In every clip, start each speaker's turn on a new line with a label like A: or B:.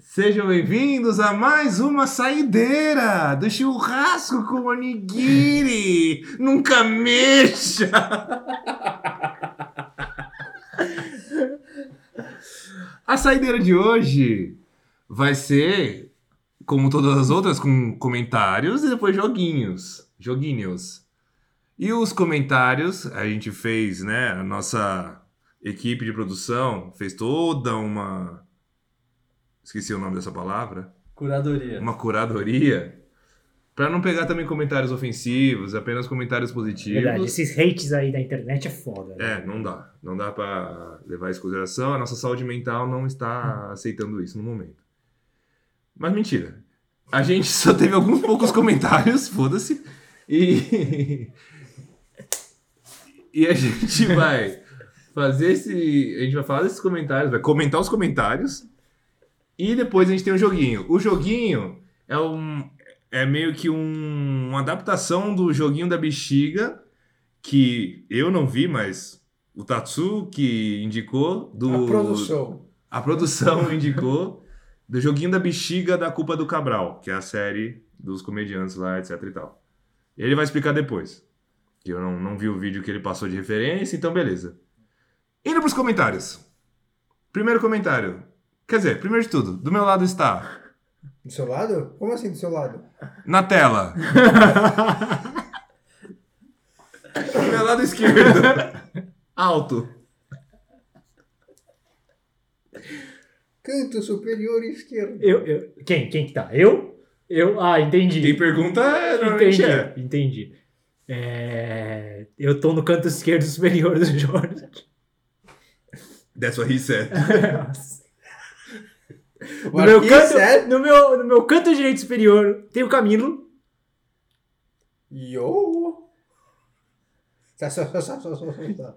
A: Sejam bem-vindos a mais uma saideira do churrasco com onigiri. Nunca mexa. A saideira de hoje vai ser, como todas as outras, com comentários e depois joguinhos, joguinhos. E os comentários a gente fez, né? A nossa equipe de produção fez toda uma esqueci o nome dessa palavra,
B: Curadoria.
A: uma curadoria Pra não pegar também comentários ofensivos, apenas comentários positivos.
C: É Verdade, esses hates aí da internet é foda. né?
A: É, não dá. Não dá pra levar isso em consideração. A nossa saúde mental não está aceitando isso no momento. Mas mentira. A gente só teve alguns poucos comentários, foda-se. E. E a gente vai fazer esse. A gente vai falar desses comentários, vai comentar os comentários. E depois a gente tem um joguinho. O joguinho é um. É meio que um- uma adaptação do joguinho da bexiga que eu não vi, mas o Tatsu que indicou do
D: A produção.
A: a produção indicou do joguinho da bexiga da culpa do Cabral, que é a série dos comediantes lá, etc e tal. Ele vai explicar depois. Que eu não, não vi o vídeo que ele passou de referência, então beleza. Indo pros comentários. Primeiro comentário. Quer dizer, primeiro de tudo, do meu lado está
D: Do seu lado? Como assim do seu lado?
A: na tela. do meu lado esquerdo. Alto.
D: Canto superior esquerdo.
C: Eu, eu, quem? Quem que tá? Eu? Eu? Ah, entendi.
A: Quem pergunta é, normalmente
C: entendi,
A: é.
C: entendi. É, eu tô no canto esquerdo superior do Jorge.
A: That's what he said.
C: No meu,
D: Aqui,
A: é
C: canto,
D: sério?
C: no, meu, no meu canto direito superior tem o Camilo.
D: Yo! Tá, só, só, só, só, só, só, só.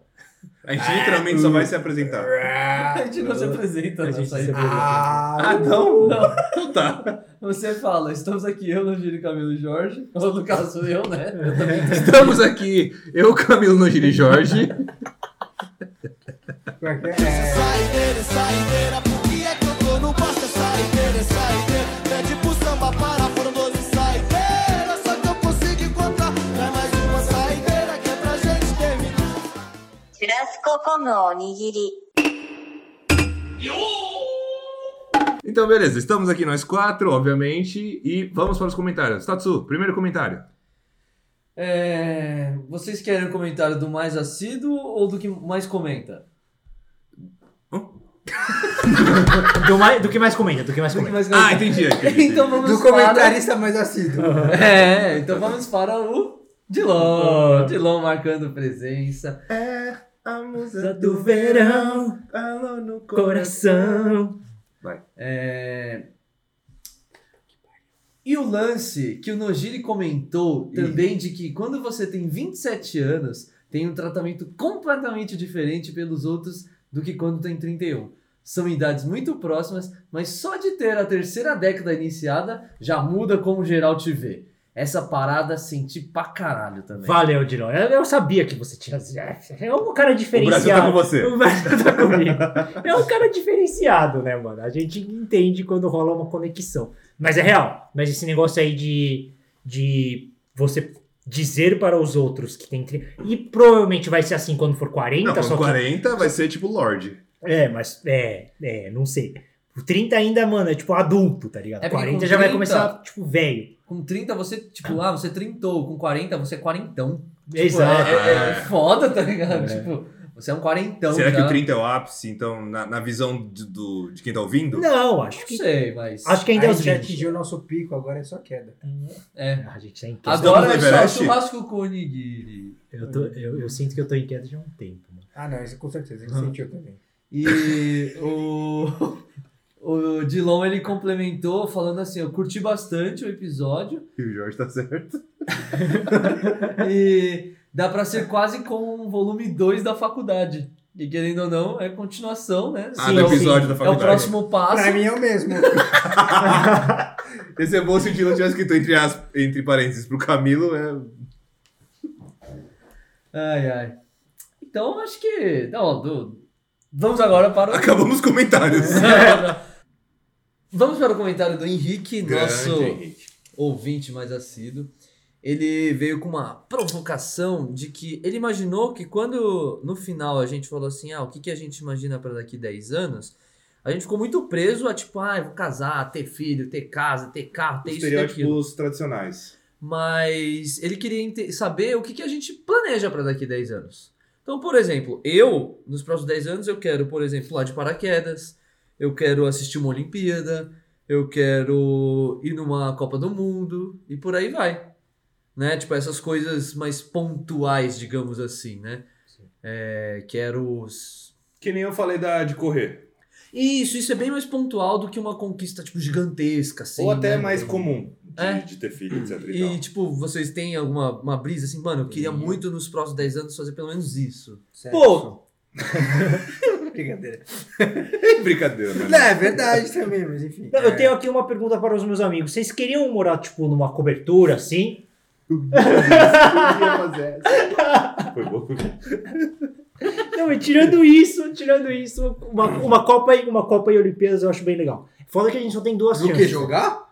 A: A gente literalmente só vai se apresentar.
C: Ah,
B: A gente não se apresenta
C: A
B: na
C: gente se
B: saída.
C: apresenta.
A: Ah, não? Não. Tá.
B: Você fala, estamos aqui, eu, Nogiri Camilo Jorge. Ou no caso, eu, né? Eu também.
A: Estamos aqui, eu, Camilo Nogiri Jorge.
D: Como é que é?
E: Saideira, saideira, por que é que eu tô no bosta? Saideira, saideira, pede pro samba para, foram 12 saideiras, só que eu consigo encontrar. É mais uma saideira que é pra gente terminar.
F: シュラスココのおにぎり。
A: Então, beleza, estamos aqui nós quatro, obviamente, e vamos para os comentários. Tatsu, primeiro comentário.
B: É, Vocês querem o comentário do mais assíduo ou do que mais comenta?
C: Do, mais, do que mais comenta, do que mais
B: Do que
C: comenta.
B: mais
A: Ah,
B: comenta.
A: entendi. entendi, entendi.
B: Então vamos
D: Do
B: para...
D: comentarista mais assíduo.
B: É, então vamos para o Dilon. Dilon marcando presença.
A: É a música alô no
B: É... E o lance que o Nogiri comentou também de que quando você tem 27 anos, tem um tratamento completamente diferente pelos outros do que quando tem 31. São idades muito próximas, mas só de ter a terceira década iniciada já muda como geral te vê. Essa parada senti pra caralho também.
C: Valeu, Dilon. Né? Eu, eu sabia que você tinha. É um cara
A: O
C: diferenciado.
A: Brasil tá com você.
C: O Brasil tá comigo. É um cara diferenciado, né, mano? A gente entende quando rola uma conexão. Mas é real. Mas esse negócio aí de, de você dizer para os outros que tem. tri- E provavelmente vai ser assim quando for 40,
A: Não,
C: só
A: com
C: que-
A: 40 vai ser tipo Lorde.
C: É, mas. É, é, não sei. O 30 ainda, mano, é tipo adulto, tá ligado?
B: É porque
C: 40
B: com
C: já vai
B: 30,
C: começar, tipo, velho.
B: Com 30 você, tipo, ah, você trintou. Com 40 você é quarentão. Tipo,
C: Exato.
B: É, é- é foda, tá ligado?
C: É.
B: Tipo, você é um quarentão
A: Será que
B: já.
A: o 30 é o ápice, então, na, na visão de, do- de quem tá ouvindo?
C: Não, acho
B: Não
C: que.
B: sei, mas.
C: Acho que ainda é
D: a
C: os
D: gente já
C: 20.
D: atingiu o nosso pico, agora é só queda.
B: É.
C: A gente tá em queda.
A: Estamos no
B: Agora é só
A: Everest?
B: churrasco com onigiri.
C: Eu, tô- eu- eu sinto que eu tô em queda já há um tempo, mano.
D: Ah, não, isso com certeza, ele
B: Uhum.
D: sentiu também.
B: E o. O Dilon ele complementou falando assim: eu curti bastante o episódio
A: E o Jorge tá certo.
B: e dá pra ser quase como um volume 2 da faculdade. E querendo ou não, é continuação, né?
A: Ah,
B: Sim,
A: do
B: é o-
A: episódio da
B: é o
A: faculdade.
B: próximo passo.
D: Pra mim é o mesmo.
A: Esse é bom se o Dylan tivesse escrito entre, as, entre parênteses pro Camilo. É...
B: Ai, ai. Então, acho que. Não, do... Vamos agora para o. É,
A: Acabamos os comentários.
B: Vamos para o comentário do Henrique, nosso
A: Henrique.
B: ouvinte mais assíduo. Ele veio com uma provocação de que ele imaginou que quando no final a gente falou assim: ah, o que, que a gente imagina para daqui 10 anos? A gente ficou muito preso a tipo, ah, eu vou casar, ter filho, ter casa, ter carro, ter isso e é aquilo.
A: Estereótipos tradicionais.
B: Mas ele queria ente- saber o que, que a gente planeja para daqui 10 anos. Então, por exemplo, eu, nos próximos 10 anos, eu quero, por exemplo, pular de paraquedas, eu quero assistir uma Olimpíada, eu quero ir numa Copa do Mundo e por aí vai. Né? Tipo, essas coisas mais pontuais, digamos assim, né? É, quero. s-
A: Que nem eu falei da, de correr.
B: Isso, isso é bem mais pontual do que uma conquista, tipo, gigantesca, assim.
A: Ou até
B: né?
A: mais comum de,
B: É.
A: de ter filho, etc. E,
B: E,
A: tal.
B: tipo, vocês têm alguma uma brisa assim, mano, eu queria
A: Hum.
B: muito nos próximos 10 anos fazer pelo menos isso.
D: Sexo.
B: Pô!
D: Brincadeira.
A: Brincadeira, né?
D: Não, é verdade também, mas enfim.
C: Não,
D: É.
C: Eu tenho aqui uma pergunta para os meus amigos. Vocês queriam morar, tipo, numa cobertura, assim?
D: É.
C: um
A: Foi bom.
C: Não, e tirando isso, tirando isso, uma, uma, Copa, e- uma Copa e Olimpíadas eu acho bem legal. Foda que a gente só tem duas
D: Do
C: chances.
D: que jogar?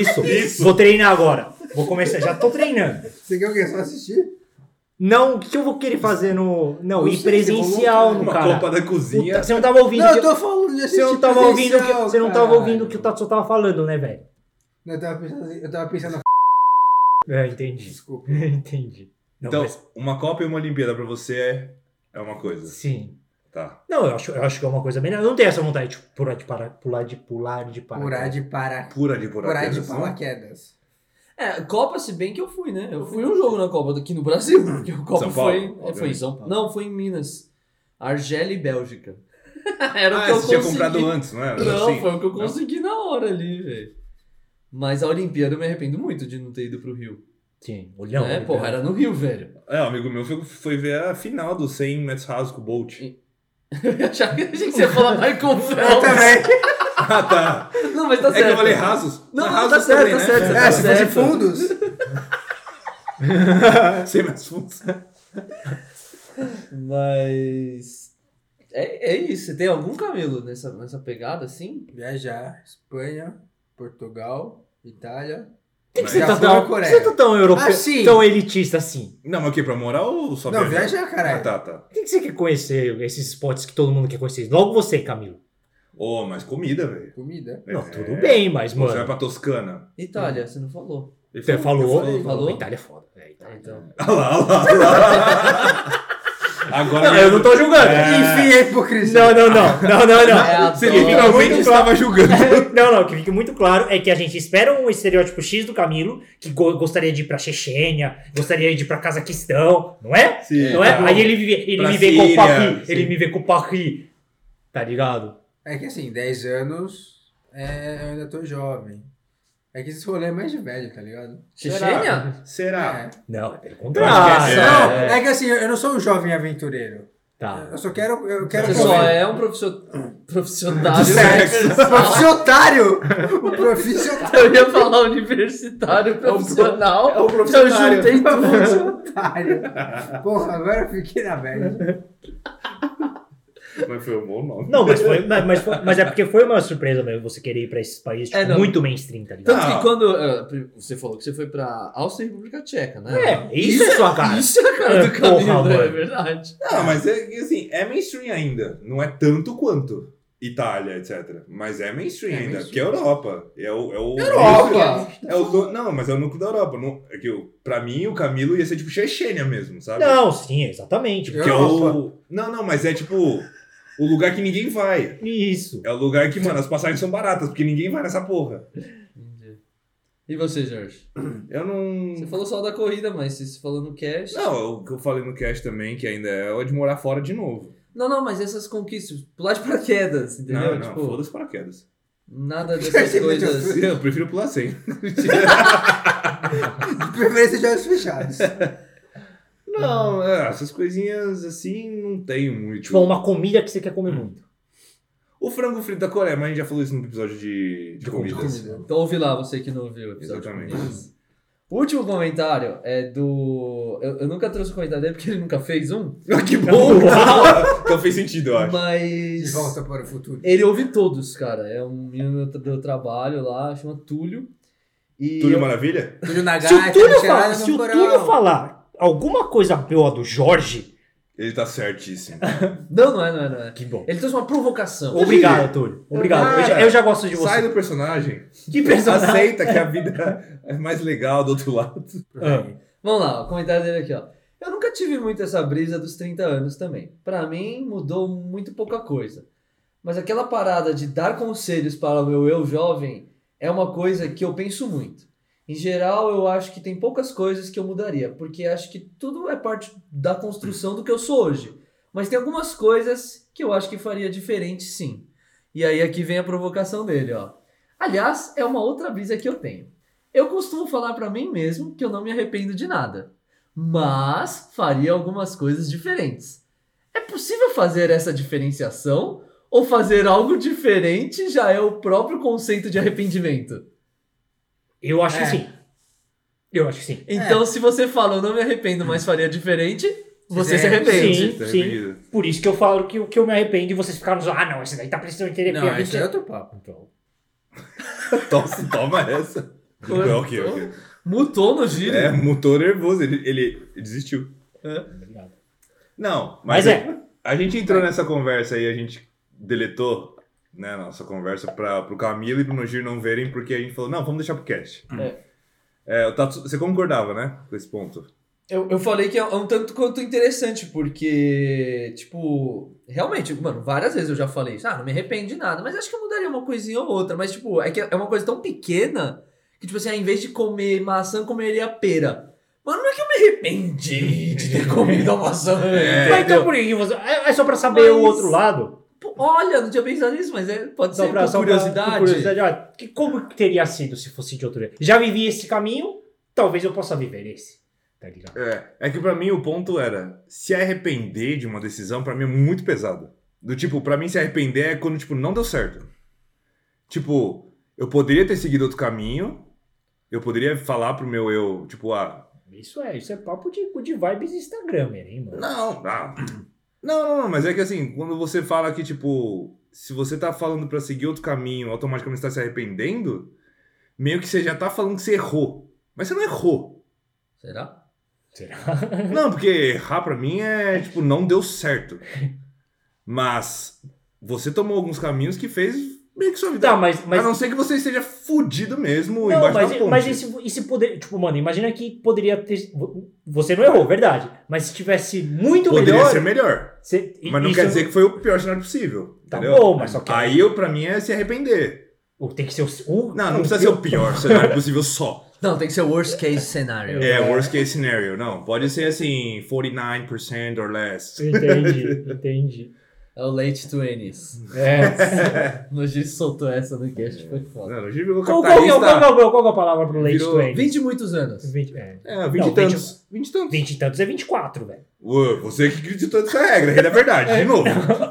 C: Isso.
A: Isso.
C: Vou treinar agora. Vou começar, já tô treinando.
D: Você quer o quê? Só assistir?
C: Não, o que eu vou querer fazer no... Não,
D: Eu
C: ir
D: sei,
C: presencial
D: vou
C: no
A: Uma
C: cara.
A: copa da cozinha.
C: Puta, você não tava ouvindo...
D: Não,
C: que
D: eu tô falando de assistir.
C: Você não tava ouvindo o que,
D: presencial,
C: você não tava
D: caralho.
C: ouvindo o que o Tatsu tava falando, né, velho?
D: Não, Eu tava pensando, assim- eu tava pensando na
C: É, entendi.
D: Desculpa.
C: entendi. Não,
A: Então,
C: mas-
A: uma copa e uma Olimpíada pra você é, é uma coisa.
C: sim.
A: Tá.
C: Não, eu acho, eu acho que é uma coisa melhor. Eu não tenho essa vontade de pular de para, pular de pular de para.
D: Curar de para.
A: Pura de pura.
D: Curar de
A: apenas, né?
D: paraquedas.
B: É, Copa, se bem que eu fui, né? Eu fui um jogo na Copa aqui no Brasil, porque o Copa
A: São Paulo,
B: foi. é, foi em São Paulo. Não, foi em Minas. Argélia e Bélgica. Era o
A: Ah,
B: que eu
A: você tinha
B: consegui.
A: comprado antes, não era?
B: Não,
A: Assim.
B: foi o que eu consegui na hora ali, velho. Mas a Olimpíada eu me arrependo muito de não ter ido pro Rio.
C: Sim, olhão.
B: né? Porra, era no Rio, velho.
A: É, um amigo meu foi, foi ver a final do 100 metros rasos com o Bolt.
B: Eu achei que você ia falar Michael
D: Eu
B: Phelps.
D: também.
A: ah, tá.
B: Não, mas tá
A: é que
B: certo.
A: eu falei rasos.
B: Não,
A: Ah,
B: não,
A: rasos
B: tá certo,
A: também,
B: tá
A: né?
B: certo, tá
D: É, se fosse
B: certo.
D: fundos.
A: Sem mais fundos.
B: Mas. É, é isso. Você tem algum camelo nessa, nessa pegada assim?
D: Viajar. Espanha, Portugal, Itália.
C: Por
A: é
C: que você tá
D: Japão
C: tão,
D: e
C: por que
D: Coreia.
C: você tá tão europeu,
D: Ah, sim.
C: tão elitista assim?
A: Não, mas o quê? Pra morar ou só
D: Não,
A: viajar?
D: viajar,
A: Ah,
D: caralho.
A: tá, tá.
C: Por que que você quer conhecer esses spots que todo mundo quer conhecer? Logo você, Camilo.
A: Ô, mas comida, velho.
D: Comida.
C: Não,
A: É.
C: tudo bem, mas,
A: Você vai
C: mano.
A: pra Toscana.
B: Itália, você não falou.
A: Ele
C: Você falou,
A: eu
C: falou,
B: falou.
C: Itália é foda. É, Itália.
B: Ah, então.
A: Olha lá, olha lá, olha lá. Agora
C: Não, eu não tô julgando.
D: É. Enfim, a hipocrisia.
C: Não, não, não. Não, não, não.
B: É a
A: Você
B: dó-
A: literalmente estava julgando.
C: Não, não, o que fique muito claro é que a gente espera um estereótipo X do Camilo, que go- gostaria de ir pra Chechênia, gostaria de ir pra Cazaquistão, não é?
A: Sim,
C: não é?
A: tá.
C: Aí ele, vive, ele
A: Pra
C: me vê com o
A: Síria,
C: Paris,
A: sim.
C: ele me vê com o Paris, tá ligado?
D: É que assim, 10 anos, é, eu ainda tô jovem. É que esses rolês é mais de velho, tá ligado?
B: Chechênia?
A: Será?
D: É.
C: Não, é pelo
A: Acho que
C: contrário.
A: é-
D: Não, é que assim, eu eu não sou um jovem aventureiro.
C: Tá.
D: Eu só quero. Eu quero
B: Você só é um profissio- profissionário. né?
D: Sexo.
C: é.
D: Profissionário! O profissionário.
B: Eu ia falar universitário, profissional.
A: é o profissional.
B: Eu juntei tudo.
D: Porra, agora eu fiquei na merda.
A: Mas foi um bom nome.
C: Não, mas, foi, mas, mas foi- mas é porque foi uma surpresa mesmo você querer ir pra esses países tipo,
B: É, não.
C: muito mainstream, tá ligado?
B: Tanto
A: Não.
B: que quando. eh, pri- Você falou que você foi pra Áustria e República Tcheca, né?
C: É, isso, é sua cara.
B: Isso é a cara do
C: Porra,
B: caminho, né? É
C: mano.
B: verdade.
A: Não, mas é que, assim, é mainstream ainda. Não é tanto quanto Itália, etc. Mas é mainstream
D: É
A: ainda, porque
D: mainstream.
A: é Europa. É o. É o
D: Europa!
A: É o nu- não, mas é o núcleo da Europa. Não, é que o- pra mim, o Camilo ia ser tipo Chechênia mesmo, sabe?
C: Não, sim, exatamente.
A: Que é o. Não, não, mas é tipo. O lugar que ninguém vai.
C: Isso.
A: É o lugar que, mano, as passagens são baratas, porque ninguém vai nessa porra.
B: Entendi. E você, Jorge?
A: Eu não.
B: Você falou só da corrida, mas você falou no cast.
A: Não, o que eu falei no cast também, que ainda é o de morar fora de novo.
B: Não, não, mas essas conquistas, pular de paraquedas, entendeu?
A: não, não,
B: tipo,
A: foda-se paraquedas.
B: nada dessas coisas.
A: Eu prefiro pular sem.
D: De preferência de olhos fechados.
A: Não, é, essas coisinhas assim não tem muito.
C: Tipo, uma comida que você quer comer muito.
A: O frango frito da Coreia, mas a gente já falou isso no episódio de, de
C: De comida.
A: comidas.
B: Então ouve lá, você que não ouviu o episódio.
A: Exatamente.
B: com eles. O último comentário é do. Eu, eu nunca trouxe o comentário dele porque ele nunca fez um,
A: Ah, que bom! então fez sentido, eu acho.
G: De
B: mas.
G: volta para o futuro.
B: Ele ouve todos, cara. É um menino do meu trabalho lá, chama Túlio. E
A: Túlio
B: eu-
A: Maravilha?
G: Túlio Nagai,
C: Se o Túlio,
G: Carlos
C: falar,
G: Gerardo
C: se o
G: Mourão.
C: Túlio falar alguma coisa boa do Jorge,
A: Ele tá certíssimo.
B: Não, não é, não é, não é.
C: que bom.
B: Ele trouxe uma provocação.
C: Obrigado, Túlio. Obrigado. Eu já, eu já gosto de você.
A: Sai do personagem.
C: Que personagem.
A: Aceita que a vida é mais legal do outro lado.
C: Ah,
B: Vamos lá, o comentário dele aqui, ó. Eu nunca tive muito essa brisa dos 30 anos também. Pra mim, mudou muito pouca coisa. Mas aquela parada de dar conselhos para o meu eu jovem é uma coisa que eu penso muito. Em geral, eu acho que tem poucas coisas que eu mudaria, porque acho que tudo é parte da construção do que eu sou hoje. Mas tem algumas coisas que eu acho que faria diferente, sim. E aí aqui vem a provocação dele, ó. Aliás, é uma outra brisa que eu tenho. Eu costumo falar pra mim mesmo que eu não me arrependo de nada, mas faria algumas coisas diferentes. É possível fazer essa diferenciação ou fazer algo diferente já é o próprio conceito de arrependimento?
C: eu acho
G: É.
C: que sim. Eu acho que sim.
B: Então, se você fala eu não me arrependo, mas faria diferente, você se
G: É,
B: arrepende.
C: Sim,
A: Tá
C: sim.
A: arrependido.
C: Por isso que eu falo que o que eu me arrependo e vocês ficaram zoando. Ah, não, esse daí tá precisando de terapia.
G: Não,
C: Não
G: isso
C: sei.
G: é outro papo, então.
A: Tosse, toma essa.
G: é
B: Cortou.
A: Não, ok, ok.
B: Mutou no giro.
A: É, mutou nervoso. Ele, ele desistiu.
C: Obrigado.
A: Não,
C: Mas
A: mas,
C: é.
A: A gente entrou nessa conversa aí, a gente deletou né, nossa conversa para pro Camilo e pro Nogir não verem, porque a gente falou, não, vamos deixar pro cast.
B: É.
A: É, o Tatsu- você concordava, né, com esse ponto?
B: Eu, eu falei que é um tanto quanto interessante, porque, tipo, realmente, mano, várias vezes eu já falei isso. Ah, não me arrependo de nada, mas acho que eu mudaria uma coisinha ou outra. Mas, tipo, é que é uma coisa tão pequena que, tipo assim, ao invés de comer maçã, comeria pera. Mano, não é que eu me arrependi de ter comido a maçã.
C: Mas então
B: entendeu?
C: por que que você. É é só pra saber o
B: Mas-
C: outro lado.
B: Pô, Olha, não tinha pensado nisso, mas é, pode
C: Só
B: ser
C: pra,
B: por
C: só pra-
B: curiosidade.
C: por curiosidade. Olha, que, como que teria sido se fosse de outro jeito? Já vivi esse caminho, talvez eu possa viver esse. Tá ligado?
A: É, é que pra mim o ponto era, se arrepender de uma decisão, pra mim é muito pesado. Do tipo, pra mim se arrepender é quando, tipo, não deu certo. Tipo, eu poderia ter seguido outro caminho, eu poderia falar pro meu eu, tipo, ah,
C: Isso é, isso é papo de, de vibes Instagramer, hein, mano?
A: Não, não. Não, não, não, mas é que assim, quando você fala que, tipo, se você tá falando pra seguir outro caminho, automaticamente você tá se arrependendo, meio que você já tá falando que você errou. Mas você não errou.
B: Será?
A: Não, porque errar pra mim é, tipo, não deu certo. Mas você tomou alguns caminhos que fez meio que sua vida.
C: Tá, mas, mas
A: A não ser que você esteja fudido mesmo
C: Não,
A: embaixo
C: mas,
A: da ponte.
C: mas e se, e se poder, tipo, mano, imagina que poderia ter. Você não errou, verdade. Mas se tivesse é muito
A: Poderia
C: melhor.
A: ser melhor.
C: você-
A: Mas não
C: isso- é um
A: quer dizer que foi o pior cenário possível.
C: Tá
A: entendeu?
C: bom, mas só que-
A: Aí eu, pra mim, é se arrepender.
C: Ou Tem que ser o. o-
A: Não, não precisa ser o pior cenário possível só.
B: Não, tem que ser o worst case scenario.
A: É, worst case scenario, não. Pode ser assim, 49% or less.
C: Entendi, entendi.
B: É o late 20s.
C: É.
B: No dia soltou essa no cast, foi foda.
A: Não, o Gil virou
C: qual, qual, que é o- qual,
A: capitalista.
C: que é o- qual que é a palavra pro leite
A: Virou
C: 20?
B: 20 e muitos anos.
C: 20, é.
A: É, 20
C: Não,
A: e tantos. 20 e tantos.
C: 20 e tantos é 24, velho.
A: Ué, você que acreditou nessa regra, ele é verdade, de novo.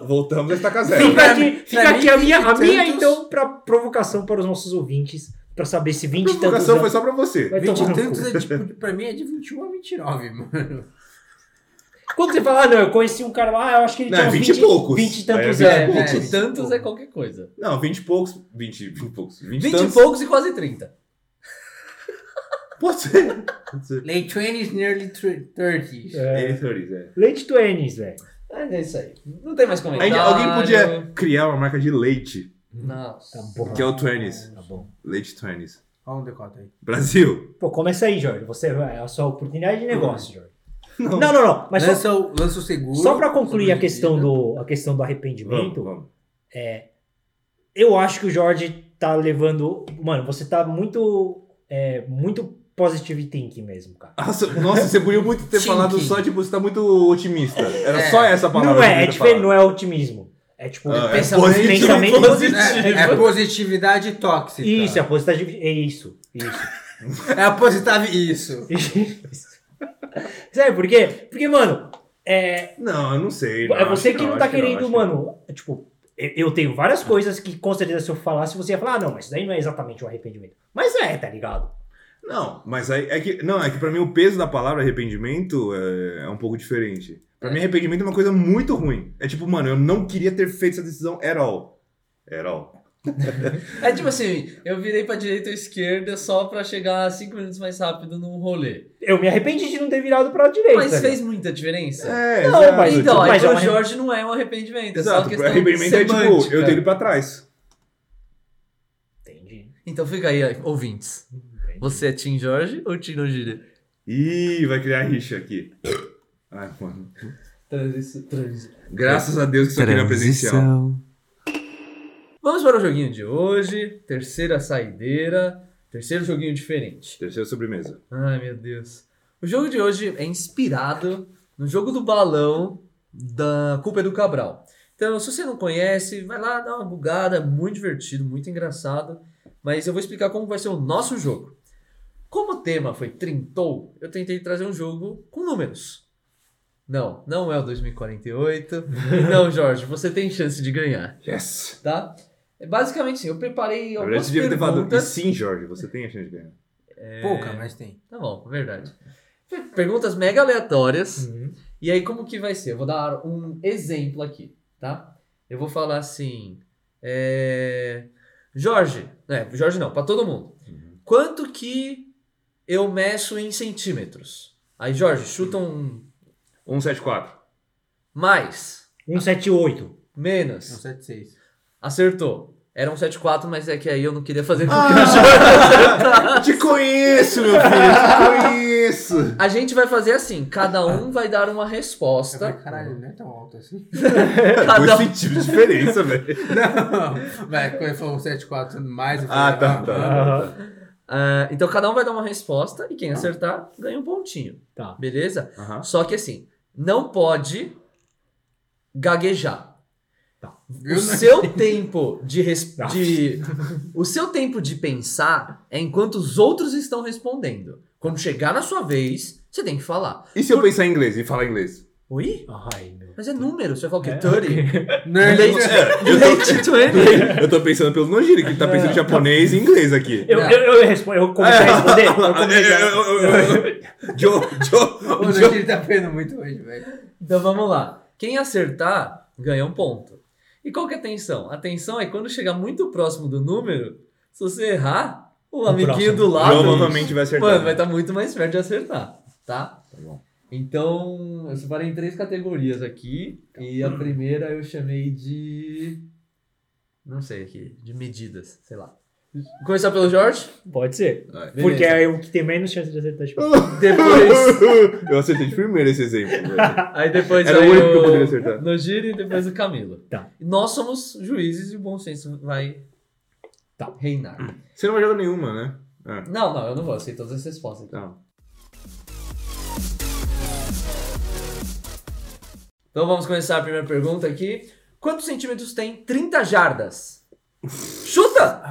A: Voltamos a estacar zero.
C: Fica aqui, fica
G: pra
C: aqui a
G: mim,
C: minha, a
G: 20 e
C: minha
G: tantos-
C: então, pra provocação para os nossos ouvintes, pra saber se 20 e
A: A
C: tantos.
A: provocação foi
C: anos-
A: só pra você.
C: Vai
G: 20
C: tomar
G: e
C: no cu.
G: tantos é tipo, pra mim é de 21 a 29, mano.
C: Quando você fala, ah, não, eu conheci um cara lá, eu acho que ele
A: é Não,
C: tinha
A: é
C: uns
A: 20 e poucos.
C: 20 e
A: Aí é
C: tantos
A: 20 e
B: É,
C: anos.
A: poucos.
B: 20 e tantos é qualquer coisa.
A: Não, 20 e poucos. 20, 20 e poucos. 20,
B: 20
A: e
B: e
A: tantos.
B: poucos e quase 30.
A: Pode ser. Pode ser.
G: Late 20s, nearly 30s.
A: É,
C: É.
A: 30, é.
C: Leite Twenties, velho.
B: Mas é isso aí. Não tem mais
A: Aí,
B: comentário.
A: Alguém podia criar uma marca de leite,
B: Nossa.
C: Tá bom.
A: que é o 20s.
C: Tá bom.
A: Leite 20s.
G: Olha um decote aí.
A: Brasil.
C: Pô, começa aí, Jorge. Você é a sua oportunidade de negócio, Jorge. Não, não, não. Mas só,
G: Lança o, lança o seguro.
C: só para concluir a
G: sobrevive,
C: questão
G: né?
C: do a questão do
A: Vamos,
C: arrependimento,
A: vamos.
C: eu acho que o Jorge tá levando, mano, você tá muito é, muito positive thinking mesmo, cara.
A: Nossa, nossa, você podia muito ter
G: Sim,
A: falado
G: que-
A: só, tipo, você tá muito otimista. Era
G: É.
A: só essa palavra.
C: Não
A: que eu
C: é, é
A: queria
C: diferente,
A: falar.
C: não é otimismo. É tipo
A: Ah, é
C: pensamento,
A: positivo,
C: pensamento
A: positivo.
G: É, é positividade tóxica.
C: Isso, é positivo, é isso, isso.
G: É a positividade. Isso.
C: isso. Sabe por quê? Porque, mano, é,
A: Não, eu não sei.
C: É
A: não,
C: você
A: acho
C: que não
A: acho
C: tá
A: não,
C: querendo,
A: acho
C: mano. Tipo, eu eu tenho várias coisas que com certeza se eu falasse você ia falar, ah, não, mas isso daí não é exatamente um arrependimento. Mas é, tá ligado?
A: que Não, mas aí é que. Não, é que pra mim o peso da palavra arrependimento é, é um pouco diferente. Pra mim, arrependimento é uma coisa muito ruim. É tipo, mano, eu não queria ter feito essa decisão at all. At all.
B: É tipo assim, eu virei pra direita ou esquerda só pra chegar cinco minutos mais rápido num rolê.
C: Eu me arrependi de não ter virado pra direita.
B: Mas
C: né?
B: fez muita diferença?
A: É,
C: Não,
A: exato.
C: mas
A: tipo,
B: então, aí
C: mas é
B: pro
C: uma-
B: Jorge não é um arrependimento, é só uma
A: Exato, Tipo,
B: questão
A: arrependimento é tipo,
B: semântica.
A: eu dei ele pra trás.
C: Entendi.
B: Então fica aí, ouvintes.
C: Entendi.
B: Você é Tim Jorge ou Tim Nogíria?
A: Ih, vai criar rixa aqui. Ai, mano.
B: Transição.
A: Graças a Deus que só queria é presencial.
B: Vamos para o joguinho de hoje. Terceira saideira. Terceiro joguinho diferente.
A: Terceira sobremesa.
B: Ai, meu Deus. O jogo de hoje é inspirado no jogo do balão da Culpa é do Cabral. Então, se você não conhece, vai lá dar uma bugada. é Muito divertido, muito engraçado. Mas eu vou explicar como vai ser o nosso jogo. Como o tema foi Trintou, eu tentei trazer um jogo com números. Não, não é o 2048. E não, Jorge, você tem chance de ganhar
A: Yes!
B: tá? É Basicamente sim, eu preparei
A: Na
B: algumas
A: verdade, você devia ter falado. E
B: perguntas.
A: sim, Jorge, você tem a chance de ganhar.
G: Pouca,
C: É.
G: mas tem.
B: Tá bom, verdade. Per- Perguntas mega aleatórias.
C: Uhum.
B: E aí, como que vai ser? Eu vou dar um exemplo aqui, tá? Eu vou falar assim. é, Jorge. É, Jorge não, pra todo mundo.
G: Uhum.
B: Quanto que eu meço em centímetros? Aí, Jorge, chuta um
A: 174.
B: mais,
C: 178.
G: É um
B: menos.
G: 7-6.
B: Acertou. Era um 74, mas é que aí eu não queria fazer com que o Jorge
A: Te conheço, meu filho! Te conheço!
B: A gente vai fazer assim, cada um vai dar uma
G: Ah. Eu
C: Tá
B: resposta.
G: falei, caralho, não é tão alto assim.
B: Cada
A: Dois
B: um.
A: centímetros de diferença, velho.
G: não, mas quando ele falou um 7-4 mais, eu falei,
A: Ah, tá, tá.
C: Aham.
B: Ah, então cada um vai dar uma resposta e quem
G: Tá.
B: acertar ganha um pontinho,
C: Tá.
B: beleza?
A: Aham.
B: Só que assim, não pode gaguejar.
G: Viu?
B: O seu tempo de, res- de- o seu tempo de pensar é enquanto os outros estão respondendo. Quando chegar na sua vez, você tem que falar.
A: E se eu pensar em inglês e falar inglês?
B: Oi?
C: Ai, meu.
B: Mas é número, você vai falar o quê?
C: É,
B: 30?
G: Nerd.
B: Late 20?
A: Eu tô pensando pelo Nojiri, que ele tá pensando em japonês e inglês aqui.
C: Eu, eu, eu, respondo, eu comecei
B: É.
C: a responder. Eu comecei a-
A: Joe,
G: O
A: Joe,
G: Nerd tá aprendendo muito hoje, velho.
B: Então vamos lá. Quem acertar ganha um ponto. E qual que é a tensão? A tensão é quando chegar muito próximo do número, se você errar, o, amiguinho
C: próximo.
B: do lado
A: Provavelmente vai acertar.
B: mano, vai estar muito mais perto de acertar, tá?
A: Tá bom.
B: Então, eu separei em três categorias aqui.
G: Tá.
B: E a primeira eu chamei de. Não sei aqui. De medidas, sei lá. Começar pelo Jorge?
C: Pode ser.
B: Beleza.
C: Porque é o que tem menos chance de acertar. Tipo,
B: Depois.
A: Eu acertei de primeiro esse exemplo, velho.
B: Aí depois
A: Era o
B: aí
A: único que eu poderia acertar.
B: No Giro e depois o Camilo.
C: Tá.
B: E Nós somos juízes e o bom senso vai
C: Tá.
B: reinar.
A: Você não vai jogar nenhuma, né? Ah.
B: Não, não, eu não vou, eu sei todas as respostas.
A: Tá.
B: Então vamos começar a primeira pergunta aqui. Quantos centímetros tem 30 jardas? Chuta!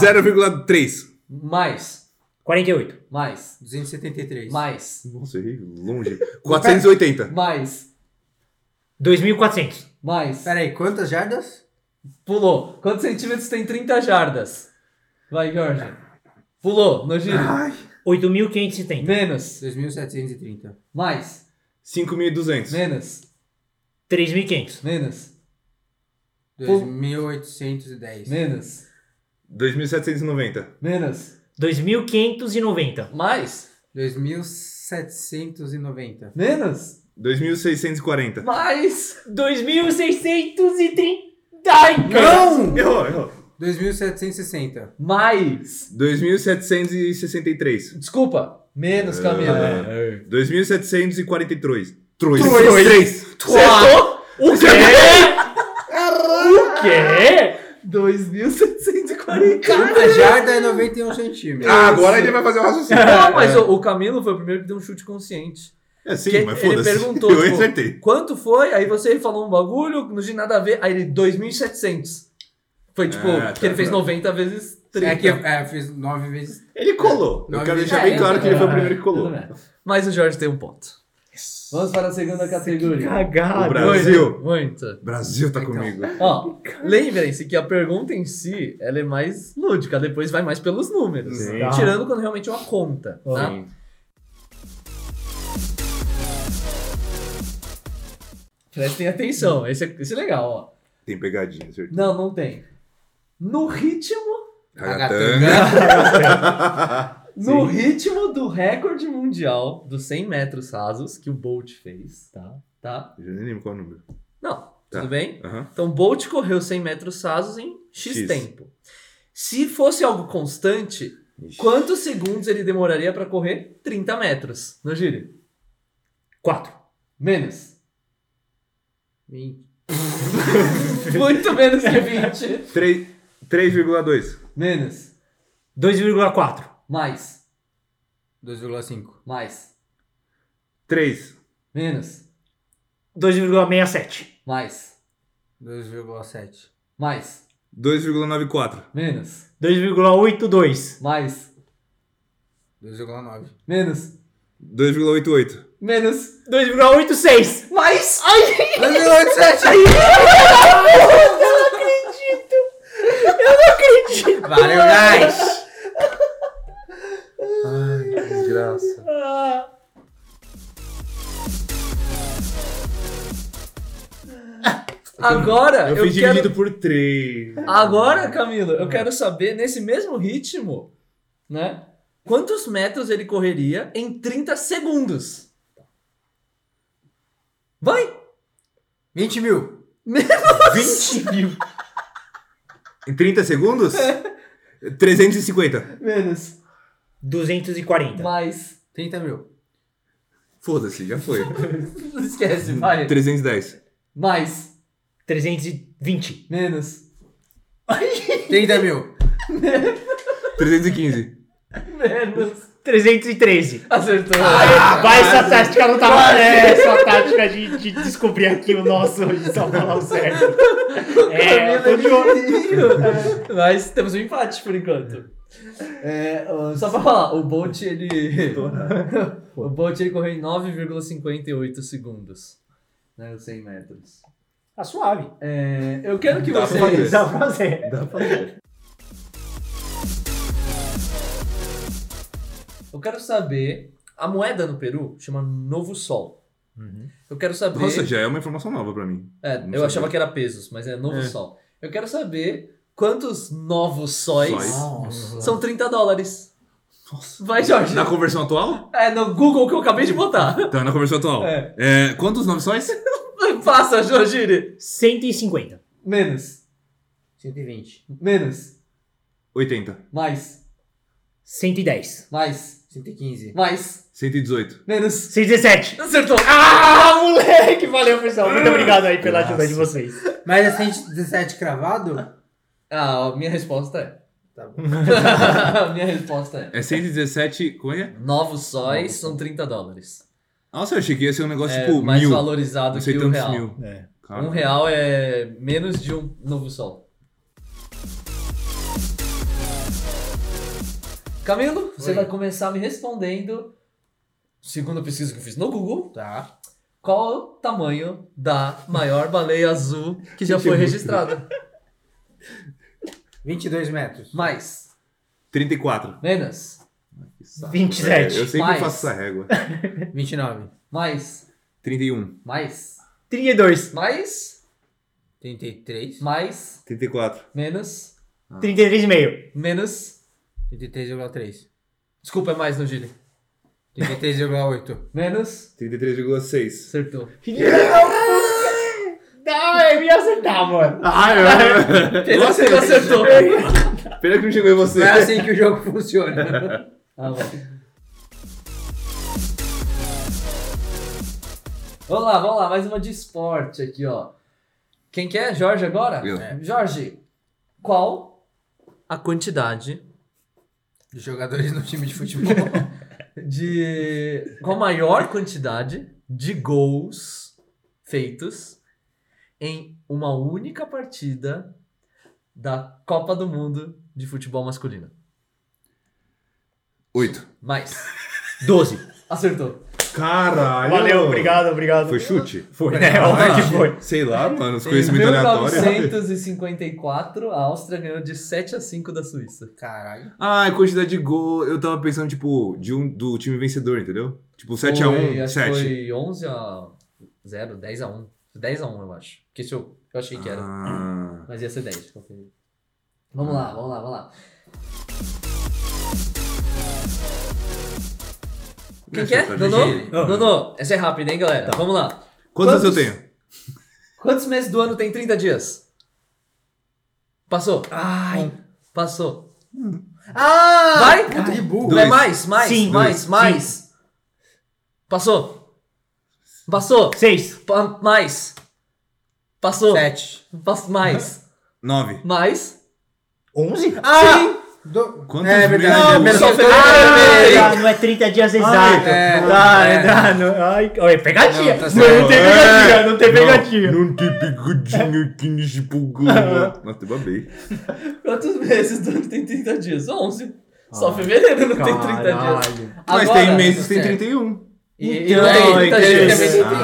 A: 0,3.
B: Mais,
C: 48.
B: mais,
G: 273.
B: mais,
A: Nossa, errei longe. 480.
B: mais,
C: 2.400.
B: mais.
G: Pera aí, quantas jardas?
B: Pulou. Quantos centímetros tem 30 jardas? Vai, Jorge. Pulou, no giro.
C: 8.570.
B: Menos,
G: 2.730.
B: mais,
A: 5.200.
B: menos,
C: 3.500.
B: menos,
G: 2.810.
B: menos,
A: 2.790.
B: menos,
C: 2.590.
B: mais.
G: 2.790.
B: Menos?
A: 2.640.
B: Mais?
C: 2.630. Ai, cara.
G: Não!
A: Errou, errou.
G: 2.760.
B: Mais!
A: 2.763.
B: Desculpa. Menos, Camila.
A: É. 2.743. Trois.
C: Trois. O quê? O quê?
B: 2.740.
G: Cada jarda é 91 centímetros.
A: Ah, agora ele vai fazer o raciocínio.
B: Não, mas o, o Camilo foi o primeiro que deu um chute consciente.
A: É, sim,
B: Que
A: mas
B: ele
A: foda-se.
B: perguntou,
A: Eu
B: tipo,
A: acertei.
B: quanto foi? Aí você falou um bagulho, não tinha nada a ver. Aí ele, 2.700. Foi tipo,
A: Ah, tá,
B: porque ele fez
A: tá.
B: 90 vezes 30.
G: É que eu, é, eu fiz 9 vezes.
A: Ele colou. Eu
G: Nove
A: quero
G: vezes.
A: deixar
B: É,
A: bem claro que ele foi o
B: é,
A: primeiro que colou.
B: tudo bem. Mas o Jorge tem um ponto. Vamos para a segunda categoria.
C: Cagado.
A: O Brasil.
B: Muito.
A: Brasil tá comigo.
B: Ó, lembrem-se que a pergunta em si, ela é mais lúdica, depois vai mais pelos números.
A: Sim.
C: Tá.
B: Tirando quando realmente é uma conta, tá?
A: Sim.
B: Prestem atenção, esse é, esse é legal, ó.
A: Tem pegadinha, certeza.
B: Não, não tem. No ritmo,
A: Ragatanga.
B: no ritmo do recorde mundial dos 100 metros rasos que o Bolt fez, tá? Tá?
A: Eu nem lembro qual é o número.
B: Não,
A: Tá.
B: tudo bem?
A: Aham.
B: Então, Bolt correu 100 metros rasos em X,
A: X.
B: tempo. Se fosse algo constante, quantos segundos ele demoraria para correr 30 metros? No giro?
C: Quatro.
B: Menos. Vinte. Muito menos que 20.
A: Três- 3,2.
B: Menos.
C: 2,4.
B: Mais.
G: 2,5.
B: Mais.
A: 3.
B: Menos.
C: 2,67.
B: Mais.
G: 2,7.
B: Mais.
A: 2,94.
B: Menos.
C: 2,82.
B: Mais.
G: 2,9.
B: Menos.
A: 2,88.
B: Menos.
C: 2,86.
B: Mais. Ai,
G: 2,87! Valeu, guys! Ai, que graça.
C: Ah,
B: agora
A: Eu
B: eu,
A: fui
B: quero...
A: dividido por 3.
B: Agora, Camilo, eu quero saber, nesse mesmo ritmo, né? Quantos metros ele correria em 30 segundos? Vai!
G: 20 mil.
A: 20 mil. Em 30 segundos? 350.
B: Menos.
C: 240.
B: Mais.
G: 30 mil.
A: Foda-se, já foi.
B: Esquece, vai.
A: 310.
B: Mais.
C: 320.
B: Menos.
G: 30 mil.
A: 315.
B: Menos.
C: 313.
B: Acertou.
C: Vai, essa tática não tava é, Essa tática de, de descobrir aqui o nosso de só falar o certo. É, eu tô de olho.
B: olho. Mas temos um empate por enquanto. É, ó, só pra falar, o Bolt ele. o Bolt ele correu em 9,58 segundos. Né, os 100 metros.
C: Tá suave.
B: É, eu quero que
A: Dá pra
B: vocês.
C: Dá pra fazer.
A: Dá pra ver.
B: Eu quero saber. A moeda no Peru chama Novo Sol. Eu quero saber.
A: Nossa, já é uma informação nova pra mim.
B: É,
A: não
B: eu
A: sabia.
B: achava que era pesos, mas é Novo
A: É.
B: Sol. Eu quero saber quantos novos sóis
A: Sóis.
G: Nossa.
B: são 30 dólares. Vai, Jorge.
A: Na conversão atual?
B: É no Google que eu acabei de botar.
A: Tá, na conversão atual.
B: É.
A: É, quantos nove sóis?
B: Passa, Jorgiri.
C: 150.
B: Menos.
G: 120.
B: Menos.
A: 80.
B: Mais.
C: 110.
B: Mais.
G: 115.
B: Mais.
A: 118.
B: Menos.
C: 117.
B: Acertou.
C: Ah, moleque! Valeu, pessoal. Muito obrigado aí pela ajuda de vocês.
G: Mas é 117 cravado?
B: Ah, a minha resposta é.
G: Tá bom.
B: A minha resposta é.
A: É 117. Como é?
B: Novos sóis são 30 dólares.
A: Nossa, eu achei que ia ser um negócio
B: É
A: tipo
B: mais
A: mil.
B: valorizado
A: Não
B: que
A: sei
B: o
A: tantos
B: real.
A: mil. Cara,
G: Tá.
B: Um real é menos de um novo sol. Camilo, você
G: Oi.
B: vai começar me respondendo, segundo a pesquisa que eu fiz no Google,
G: Tá.
B: qual é o tamanho da maior baleia azul que já foi registrada.
G: 22 metros.
B: Mais,
A: 34.
B: menos,
A: Que saco,
C: 27.
A: velho. É, Eu sempre
B: Mais.
A: faço essa régua.
G: 29.
B: mais,
A: 31.
B: mais,
C: 32.
B: mais,
G: 33.
B: mais,
A: 34.
B: menos,
C: 33,5.
B: menos.
G: 33,3.
B: Desculpa, é mais no Gili.
G: 33,8.
B: Menos.
A: 33,6.
B: Acertou.
C: Não, eu ia acertar, mano.
A: Ah, eu...
B: Pedro,
A: Nossa,
B: você não acertou.
A: Pena que não chegou em você.
G: Não é assim que o jogo funciona.
B: Ah, bom. Vamos lá, vamos lá, mais uma de esporte aqui, ó. Quem quer? Jorge agora?
A: Eu.
B: É. Jorge, qual a quantidade
G: De jogadores no time de futebol.
B: de. Qual a maior quantidade de gols feitos em uma única partida da Copa do Mundo de futebol masculino?
A: 8.
B: Mais.
C: 12.
B: Acertou.
A: Caralho.
C: Valeu, obrigado, obrigado.
A: Foi chute? Ah,
C: Foi, né? Óbvio que foi.
A: Sei lá, mano, os
B: Em
A: conhecimentos aleatórios.
B: 1954, a Áustria ganhou de 7 a 5 da Suíça.
G: Caralho.
A: Ah, e quantidade de gol. Eu tava pensando, tipo, de um, do time vencedor, entendeu? Tipo, 7x1,
B: acho que
A: 7.
B: Foi 11 a 0, 10 a 1. 10 a 1, eu acho. Que isso eu, eu achei que era.
A: Ah,
B: Mas ia ser 10. confirmo. Vamos lá, vamos lá, vamos lá. Quem que é?
A: Nessa
B: Nono?
A: estratégia.
B: Nono, essa é rápida, hein, galera? Vamos lá.
A: Quantos anos eu
B: Quantos?
A: tenho?
B: Quantos meses do ano tem 30 dias? Passou.
C: Ai,
B: Passou.
G: Ah!
B: Hum. Vai?
G: Puta que burro.
A: Dois.
B: É mais, mais,
C: Sim.
B: mais,
A: Dois.
B: mais. Passou. Passou.
C: seis.
B: Pa- mais. Passou.
G: Sete.
B: Pass- mais.
A: 9.
B: Mais.
C: Onze?
B: Ah!
G: Do...
A: Quantos
G: é verdade.
A: meses?
G: é verdade.
B: Só
G: Dois.
B: fevereiro.
C: Ah, não é 30 dias exato.
G: é,
C: Tá,
G: é.
C: tá, não- ai, olha, pegadinha.
G: Não, tá
C: Não,
G: certo.
C: não tem pegadinha, não tem É pegadinha.
A: Não, não tem pegadinha aqui nesse programa. Nossa, eu babei.
B: Quantos meses do ano tem 30 dias? 11. Só fevereiro não tem 30 dias.
A: Mas tem meses que tem 31.
B: tá E, e
C: Então,
B: não tem
C: é
B: 30 dias.
C: interessante.
A: então.
B: também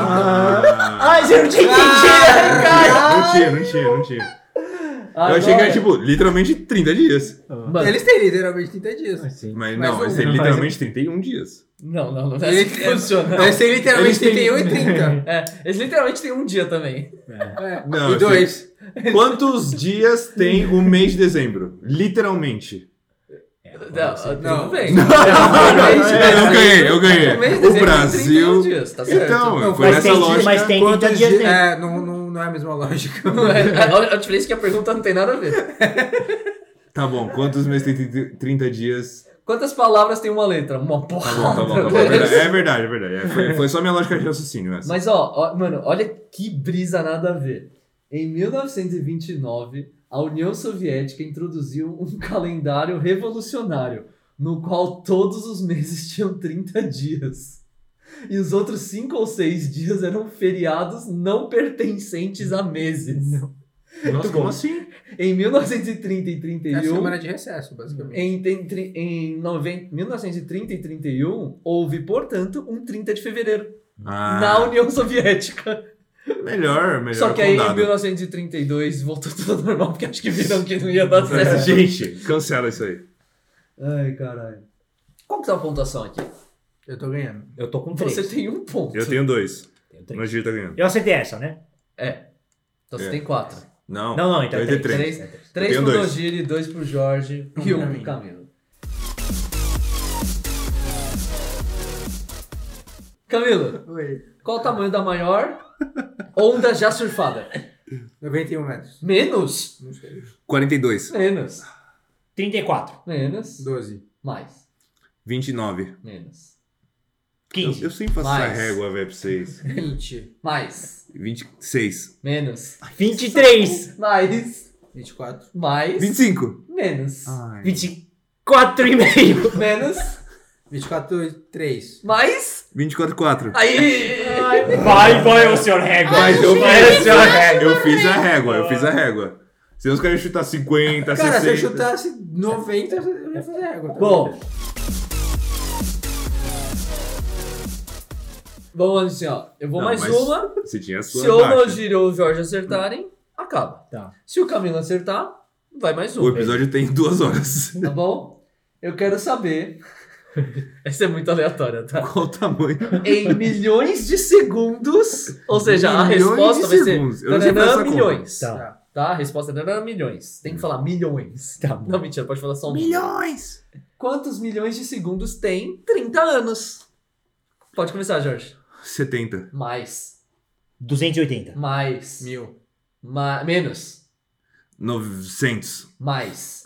B: tem um. 30.
A: Ah,
C: Ai, você não tinha entendido, né, cara.
A: não tinha, não tinha, não tinha. Eu achei que era, tipo, literalmente 30 dias.
B: Mano,
G: Eles têm literalmente 30 dias.
C: Assim,
A: Mas
G: Mas
A: não,
G: um-
A: eles têm
C: não, mas-
A: literalmente 31 dias.
B: Não, não, não é
G: Ele-
B: assim que funciona.
G: Eles têm literalmente
A: Eles têm-
G: 31 e 30.
B: É, eles literalmente têm um dia também.
G: É.
A: Não, assim,
G: e dois.
A: Quantos dias tem o mês de dezembro? Literalmente.
B: Não, É
G: Não.
B: tudo bem.
A: É, eu ganhei, eu ganhei.
B: Um né? mês de
A: O
B: dezembro tem 31
A: Brasil.
B: dias, tá certo.
A: Então,
G: Não,
A: foi
G: mas
A: nessa
C: tem-
A: lógica.
C: mas tem 30
G: Quantos
C: dias
G: dias?
C: dentro.
G: É, não, não, não é a mesma lógica.
B: É, olha a diferença é que a pergunta não tem nada a ver.
A: Tá bom, quantos meses tem 30 30 dias?
B: Quantas palavras tem uma letra? Uma porra.
A: Tá bom, tá bom, tá bom. É verdade, é verdade. é verdade. É, foi, foi só minha lógica de raciocínio essa.
B: Mas ó, ó, mano, olha que brisa nada a ver. Em 1929, a União Soviética introduziu um calendário revolucionário, no qual todos os meses tinham 30 dias. E os outros 5 ou 6 dias eram feriados não pertencentes a meses.
A: Nossa, como assim?
B: Em 1930 e
G: É
A: um?
G: a
B: 31,
G: semana de recesso, basicamente.
B: Em, tem- tri- em noven- 1930 e 31, houve, portanto, um 30 de fevereiro na
A: Ah,
B: União Soviética.
A: melhor, melhor.
B: Só que aí, em
A: condado.
B: 1932, voltou tudo ao normal, porque acho que viram que não ia dar
A: É,
B: certo.
A: Gente, cancela isso aí.
B: Ai, caralho. Qual que tá a pontuação aqui?
G: Eu tô ganhando.
C: Eu tô com três.
B: Você tem um ponto.
A: Eu tenho dois.
C: Tenho três.
A: Mas o Giro tá ganhando.
C: Eu acertei essa, né?
B: É. Então você
A: É.
B: tem quatro.
A: Não,
C: Não, não, então
A: eu tenho
C: três.
A: três.
B: Três, né? três
A: tenho
B: pro
A: dois.
B: Dogiri, dois pro Jorge e um pro Camilo. Camilo,
G: Oi.
B: Qual o tamanho da maior onda já surfada?
G: 91 metros.
B: Menos?
G: Não sei.
A: 42.
B: Menos.
C: 34.
B: Menos.
G: 12.
B: Mais.
A: 29.
B: Menos.
A: Eu,
C: 15.
A: eu sempre faço
B: Mais.
A: essa régua, velho, pra vocês.
G: 20.
B: Mais.
A: 26.
B: Menos.
C: 23.
B: Mais.
G: 24.
B: Mais.
A: 25.
B: Menos.
A: Ai.
C: 24 e meio.
B: Menos.
G: 24, 3.
B: Mais.
A: 24, 4.
B: Aí! é
C: Vai, vai, o senhor régua.
A: Mas eu
C: Vai, o
A: fiz,
C: senhor régua.
A: eu fiz a régua, eu fiz a régua. Se os caras chutar 50,
G: Cara, se eu
A: 60.
G: chutasse 90, eu ia fazer tá água.
B: Bom. Vamos assim, ó. Eu vou
A: Não,
B: mais
A: mas
B: uma.
A: Você tinha a sua.
B: Se o
A: baixa.
B: Nogiro ou o Jorge acertarem, acaba.
C: Tá.
B: Se o Camilo acertar, vai mais
A: O
B: uma.
A: episódio tem duas horas.
B: Tá bom? Eu quero saber. Essa é muito aleatória, tá?
A: Qual o tamanho?
B: Em milhões de segundos. Ou seja, a
A: Milhões
B: resposta
A: de
B: vai ser.
A: segundos. Eu não sei fazer
B: tananã,
A: essa conta.
B: milhões. Tá.
C: Tá.
B: A resposta é tananã, milhões. Tem que falar milhões.
C: Tá bom.
B: Não, mentira, pode falar só um. Milhões! Quantos milhões de segundos tem 30 anos? Pode começar, Jorge.
A: 70.
B: Mais.
C: 280.
B: Mais.
G: Mil.
B: Ma- menos.
A: 900.
B: Mais.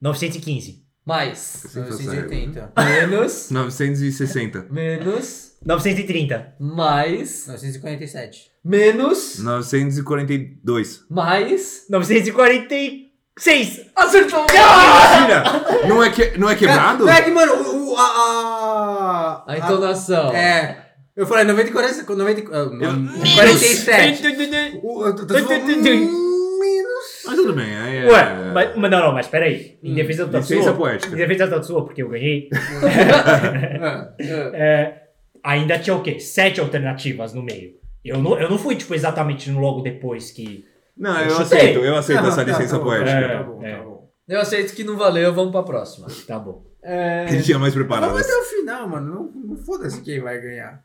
C: 915.
B: Mais.
A: Sem fazer essa régua. né?
G: 980.
B: Menos.
A: 960.
B: menos.
C: 930.
B: Mais.
G: 947.
B: Menos.
A: 942.
B: Mais.
C: 946.
B: Acertou!
A: Mentira! Não é, que, não é quebrado?
G: É, é que, mano, o, o- a, a,
B: A entonação.
G: É. Eu falei 90 e 40. 90, e- ah, não, 47. O- eu tô- tô falando- hum,
A: Mas tudo bem. Aí é...
C: Ué, mas, mas não, não, mas peraí. Em defesa do
A: Licença
C: Tatsuo.
A: poética. É,
C: Em defesa do Tatsuo, porque eu ganhei.
G: Ah, ah.
C: É, ainda tinha o quê? Sete alternativas no meio. Eu não, eu não fui, tipo, exatamente no logo depois que.
A: Não,
C: Eu
A: eu
C: chutei.
A: aceito, eu aceito
G: Não,
A: essa
G: tá,
A: licença
G: tá bom,
A: poética.
C: É,
G: Tá bom,
C: é.
G: tá bom.
B: Eu aceito que não valeu, vamos pra próxima.
C: Tá bom.
G: É,
A: Ele tinha mais preparado.
G: Vamos até o final, mano. Não, não foda-se quem vai ganhar.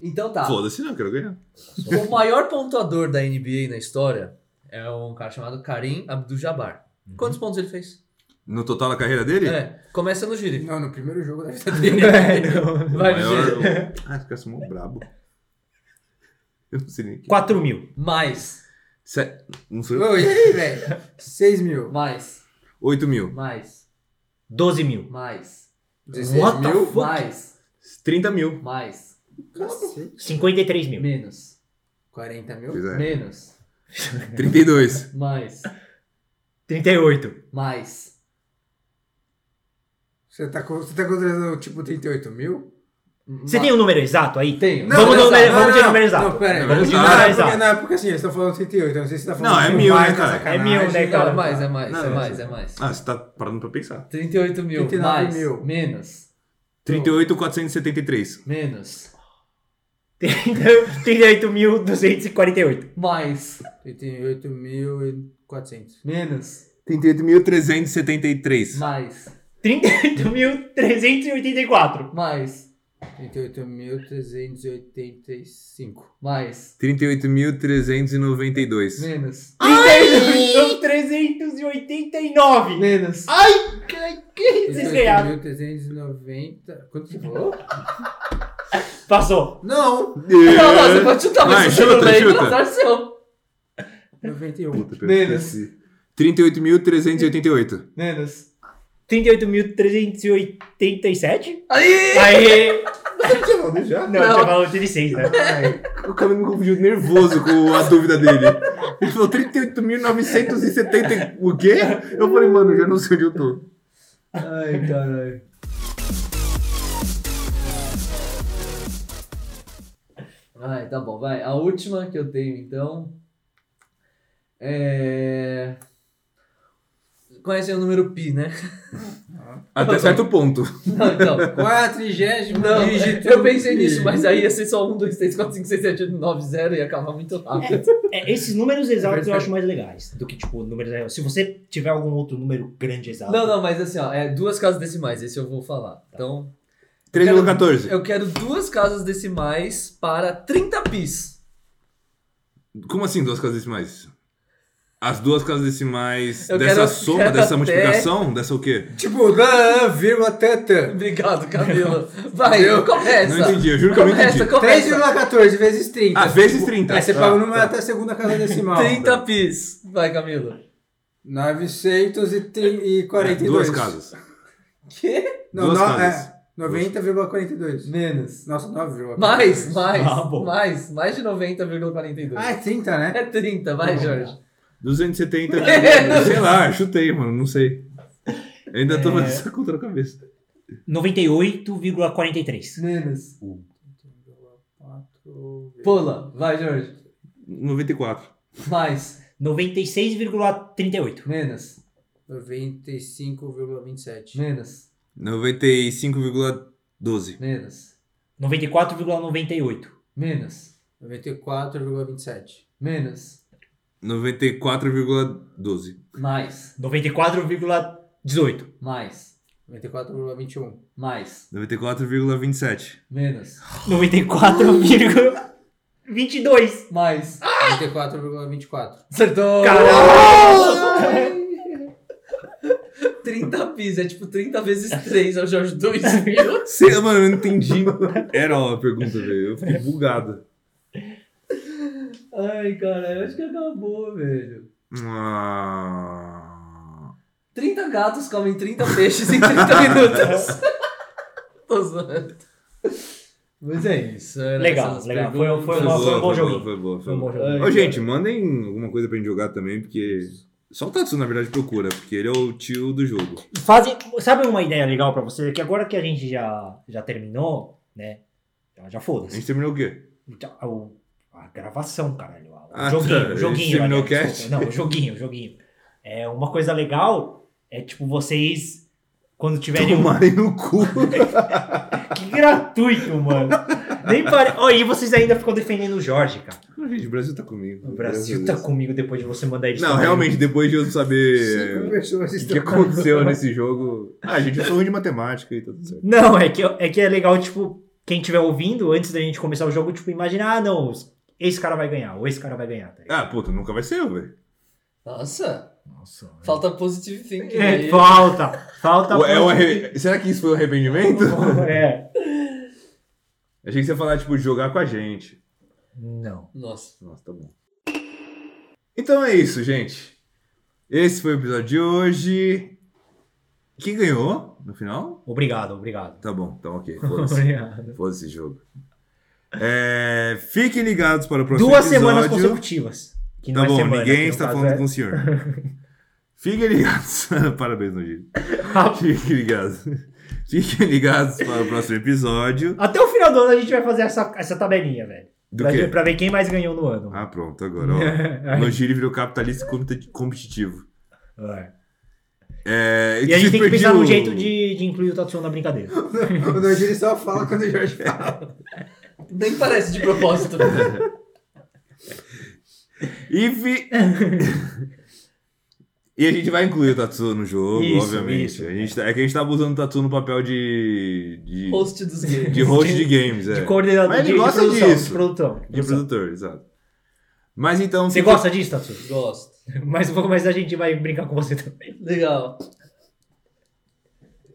B: Então tá.
A: Foda-se, não, eu quero ganhar.
B: O maior pontuador da NBA na história é um cara chamado Karim Abdul-Jabbar. Quantos pontos ele fez?
A: No total da carreira dele?
B: É, começa no giro.
G: Não, no primeiro jogo da vida dele.
C: É,
A: O
B: Vai,
A: maior.
B: Giro.
A: o- Ah, esse cara é mó brabo. Eu não sei nem. que-
C: 4 mil.
B: Mais,
A: Se- Não sou eu?
G: Ô, e aí, velho? 6 mil.
B: mais,
A: 8 mil.
B: mais,
C: 12 mil.
B: mais,
G: 16
C: What the
G: mil.
C: fuck?
B: mais,
A: 30 mil.
B: mais,
G: Cacete.
C: 53 mil.
B: menos,
G: 40 mil.
A: Pois é.
B: menos,
A: 32.
B: mais,
C: 38.
B: mais.
G: Você tá, co- você tá considerando tipo 38 mil?
C: Você tem o número exato aí?
B: Tenho. um
C: Vamos no
G: exato.
C: número- vamos de número exato.
G: Não, pera aí.
A: Número
G: Vamos de
A: exato.
G: número
C: Exato.
G: exato. Não, é porque assim, eles estão falando 38, eu não sei se você tá falando
A: Não, é
G: de
A: mil,
G: mais,
A: né,
G: tá
A: cara?
G: sacanagem.
C: É mil, né,
B: Não,
C: cara?
B: é mais, é mais,
A: Não,
B: é
A: não,
B: mais,
A: sim.
B: é mais.
A: Ah, você tá parando pra pensar.
B: 38 mil,
G: 39
B: mais,
G: mil.
B: menos,
A: 38,473.
B: menos,
C: 38.248.
B: mais,
G: 38.400.
B: menos,
A: 38.373.
B: mais,
C: 38.384.
B: mais,
G: 38.385.
B: mais,
A: 38.392.
B: menos,
C: Então, 38.389.
B: menos.
C: Ai, que- que vocês ganharam.
G: 38.390. Quanto você falou?
C: Passou.
G: Não!
B: Não, não, você pode chutar,
A: Vai,
B: mas você
A: chuta,
B: chuta, aí,
A: chuta.
B: azar seu.
G: 91.
B: Menos.
A: 38.388.
B: Menos.
C: 38.387.
B: Aí!
C: Aí.
A: já?
C: Não,
B: Não.
C: você falou 36, né?
G: É,
A: O cara me confundiu nervoso com a dúvida dele. Ele falou 38.970. e- O quê? Eu falei, mano, já não sei onde eu tô.
B: Ai, caralho. Ai, tá bom, vai. A última que eu tenho, então. É. Conhecem o número pi, né?
A: Até certo ponto.
B: Não, então.
G: Quatrigésimo
B: Não,
G: dígito.
B: eu pensei nisso, mas aí ia ser só 1, 2, 3, 4, 5, 6, 7, 8, 9, 0 e ia acabar muito rápido.
C: É, esses números exatos eu acho mais legais do que, tipo, números reais. Se você tiver algum outro número grande exato.
B: Não, não, mas assim, ó, é duas casas decimais, esse eu vou falar. Então,
A: 3.14.
B: eu quero duas casas decimais para 30 pis.
A: Como assim duas casas decimais? As duas casas decimais
B: Eu
A: dessa
B: quero-
A: soma,
B: quero
A: dessa
B: até-
A: multiplicação, dessa o quê?
G: Tipo, lá, vírgula, tanta.
B: Obrigado, Camila. Vai, começa.
A: Não entendi, eu juro que eu não
B: Começa,
A: entendi.
B: começa.
G: 3,14 vezes 30.
A: Ah, vezes 30.
G: Aí você
A: Tá,
G: paga o número
A: tá.
G: até a segunda casa decimal.
B: 30 pis. Vai, Camila.
G: 942.
A: É, Duas casas.
B: Quê?
G: Não,
A: Duas
G: no-
A: casas.
G: é, 90,42.
B: Menos.
G: Nossa, 9,42.
B: Mais, mais,
C: Ah, bom.
B: mais. Mais de 90,42.
G: Ah, é 30, né?
B: É 30, vai, Jorge.
A: 270. sei lá, chutei, mano, não sei. Eu ainda tô fazendo essa conta na cabeça.
C: 98,43.
B: Menos.
C: Um,
B: Pula. Vai, Jorge.
A: 94.
B: Mais.
C: 96,38.
B: Menos.
G: 95,27.
B: Menos.
A: 95,12.
B: Menos.
C: 94,98.
B: Menos.
G: 94,27.
B: Menos.
A: 94,12.
B: Mais.
C: 94,18.
B: Mais.
G: 94,21.
B: Mais.
A: 94,27.
B: Menos.
C: 94,22.
B: Mais.
G: 94,24.
B: Acertou!
C: Caralho!
B: 30 pis, é tipo 30 vezes 3, é o Jorge 2000.
A: Sei, lá, mano, eu não entendi. Era uma pergunta, velho. Eu fiquei bugado.
B: Ai, cara, eu acho que acabou, velho.
A: Ah.
B: 30 gatos comem 30 peixes em 30 minutos. Tô zoando. Mas é isso. era
C: Legal,
B: essas
C: legal.
B: perguntas.
C: Foi uma- foi um bom joguinho.
A: Foi boa,
C: Foi um bom
B: Ai,
C: jogo.
A: Ô, gente, mandem alguma coisa pra gente jogar também, porque. Só o Tatsu, na verdade, procura, porque ele é o tio do jogo.
C: Fazem, sabe uma ideia legal pra você? Que agora que a gente já, já terminou, né? Já, já
A: A
C: foda-se.
A: gente terminou o quê?
C: Então, o- a gravação, caralho. O
A: Ah,
C: joguinho,
A: tá.
C: o joguinho.
A: Esse
C: aliás,
A: Minocast.
C: desculpa. Não, o joguinho, o joguinho. É, uma coisa legal é, tipo, vocês Quando tiverem um
A: Tomarem no cu.
C: Que gratuito, mano. Nem pare... Ó, e vocês ainda ficam defendendo o Jorge, cara.
A: Gente, o Brasil tá comigo.
C: O Brasil tá
A: Graças a Deus.
C: comigo depois de você mandar ele
A: Não, realmente, depois de eu
G: Cinco
A: saber
G: pessoas
A: o
G: estão.
A: É. que aconteceu nesse jogo. Ah, gente, eu sou ruim de matemática e tá tudo certo.
C: Não, é que é, que é legal, tipo, quem estiver ouvindo, antes da gente começar o jogo, tipo, imaginar, ah, não, esse cara vai ganhar, ou esse cara vai ganhar, tá ligado?
A: Ah, puta, nunca vai ser eu, velho.
B: Nossa,
C: Nossa.
B: falta positive thinking
C: É,
B: aí.
C: falta, falta.
A: Ou é um arre- Será que isso foi um arrependimento?
C: É.
A: Achei que você ia falar, tipo, de jogar com a gente.
C: Não.
B: Nossa.
A: Nossa, tá bom. Então é isso, gente. Esse foi o episódio de hoje. Quem ganhou no final?
C: Obrigado, obrigado.
A: Tá bom, então ok. Foda-se.
C: obrigado.
A: Foda-se esse jogo. É, fiquem ligados para o próximo
C: Duas
A: episódio.
C: semanas consecutivas. Que
A: Tá
C: não é
A: bom,
C: semana,
A: ninguém
C: que no
A: está
C: caso
A: falando
C: é-
A: com o senhor. Fiquem ligados. Parabéns, Nogiri. Fiquem ligados. Fiquem ligados para o próximo episódio.
C: Até o final do ano a gente vai fazer essa, essa tabelinha, velho.
A: Do
C: Pra, ver-
A: quê?
C: pra ver quem mais ganhou no ano.
A: Ah, pronto, agora. ó. Nogiri virou capitalista e competi- competitivo.
C: É.
A: É,
C: E a gente tem que
A: perdi
C: pensar
A: o-
C: num jeito de, de incluir o Tatsuo na brincadeira.
G: O Nogiri só fala quando o Jorge fala.
B: Nem parece de propósito. né?
A: E, fi- E a gente vai incluir o Tatsu no jogo,
C: Isso,
A: obviamente.
C: isso.
A: A gente tá- É que a gente tá abusando do Tatsu no papel de. de...
B: Host dos games.
A: De host de games, é.
C: De coordenador
A: Mas ele
C: de, de
A: gosta
C: produção,
A: disso.
C: de produção.
A: De
C: produção.
A: produtor, exato. Mas então.
C: Você
A: fica-
C: gosta disso, Tatsu?
B: Gosto.
C: Mais um pouco mais a gente vai brincar com você também.
B: Legal.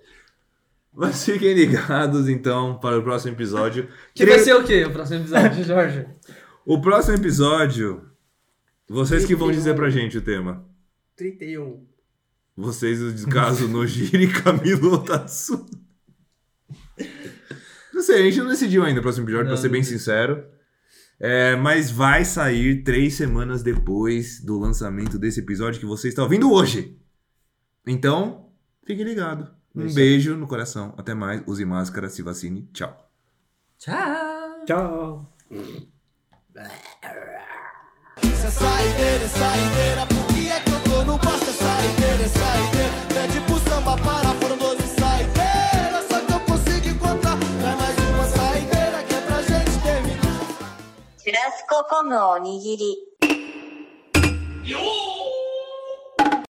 A: Mas fiquem ligados então para o próximo episódio.
B: Que vai ser o quê? O próximo episódio, Jorge?
A: O próximo episódio. Vocês que vão dizer pra gente o tema.
G: 31.
A: Vocês, o descaso Nojiri, Camilo Tatsu. Não sei, a gente não decidiu ainda o próximo episódio, pra
B: Não,
A: ser bem
B: não.
A: sincero. É, mas vai sair três semanas depois do lançamento desse episódio que você está ouvindo hoje. Então, fique ligado. Um beijo no coração. Até mais. Use máscara, se vacine. Tchau.
B: Tchau.
C: Tchau.
E: Você é saideira, é saideira, por que é que eu tô no bosta? É saideira, é saideira, pede pro samba para, foram 12 saideiras, só que eu consigo encontrar. Traz mais uma saideira que é pra gente terminar.
F: チュラスココのおにぎり。
E: Yo!